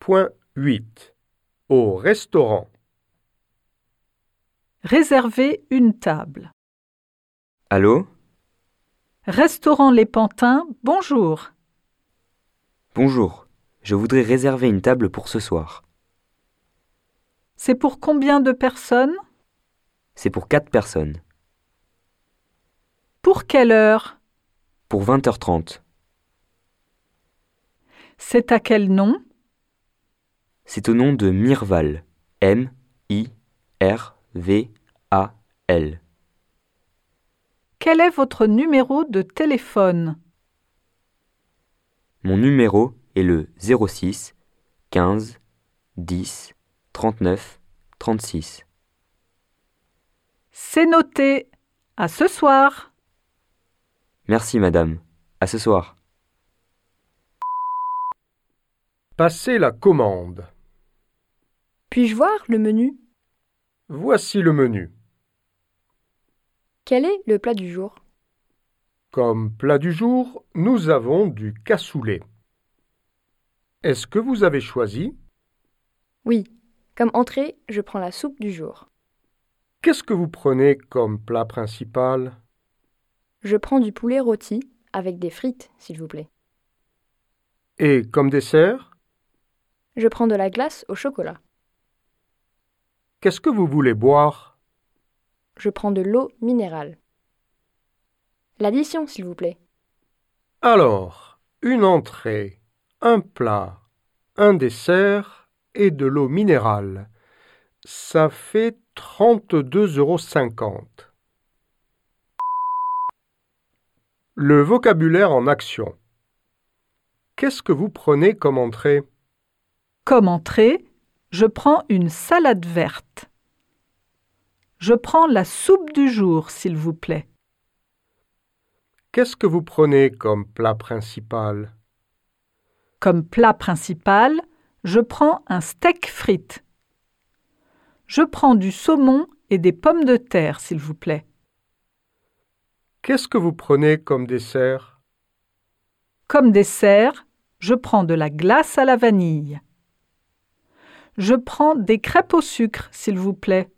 8.8 Au restaurant. Réservez une table. Allô Restaurant Les Pantins, bonjour. Bonjour. Je voudrais réserver une table pour ce soir. C'est pour combien de personnes C'est pour 4 personnes. Pour quelle heure Pour 20h30. C'est à quel nom C'est au nom de Mirval. M-I-R-V-A-L. Quel est votre numéro de téléphone Mon numéro est le 06 15 10 39 36. C'est noté. À ce soir. Merci madame. À ce soir. Passez la commande. Puis-je voir le menu Voici le menu. Quel est le plat du jour Comme plat du jour, nous avons du cassoulet. Est-ce que vous avez choisi Oui, comme entrée, je prends la soupe du jour. Qu'est-ce que vous prenez comme plat principal Je prends du poulet rôti avec des frites, s'il vous plaît. Et comme dessert, Je prends de la glace au chocolat. qu'est-ce que vous voulez boire Je prends de l'eau minérale. L'addition, s'il vous plaît. Alors, une entrée, un plat, un dessert et de l'eau minérale. Ça fait 32,50 euros. Le vocabulaire en action. Qu'est-ce que vous prenez comme entrée Comme entrée, je prends une salade verte. Je prends la soupe du jour, s'il vous plaît. Qu'est-ce que vous prenez comme plat principal Comme plat principal, je prends un steak frites. Je prends du saumon et des pommes de terre, s'il vous plaît. Qu'est-ce que vous prenez comme dessert Comme dessert, je prends de la glace à la vanille. Je prends des crêpes au sucre, s'il vous plaît.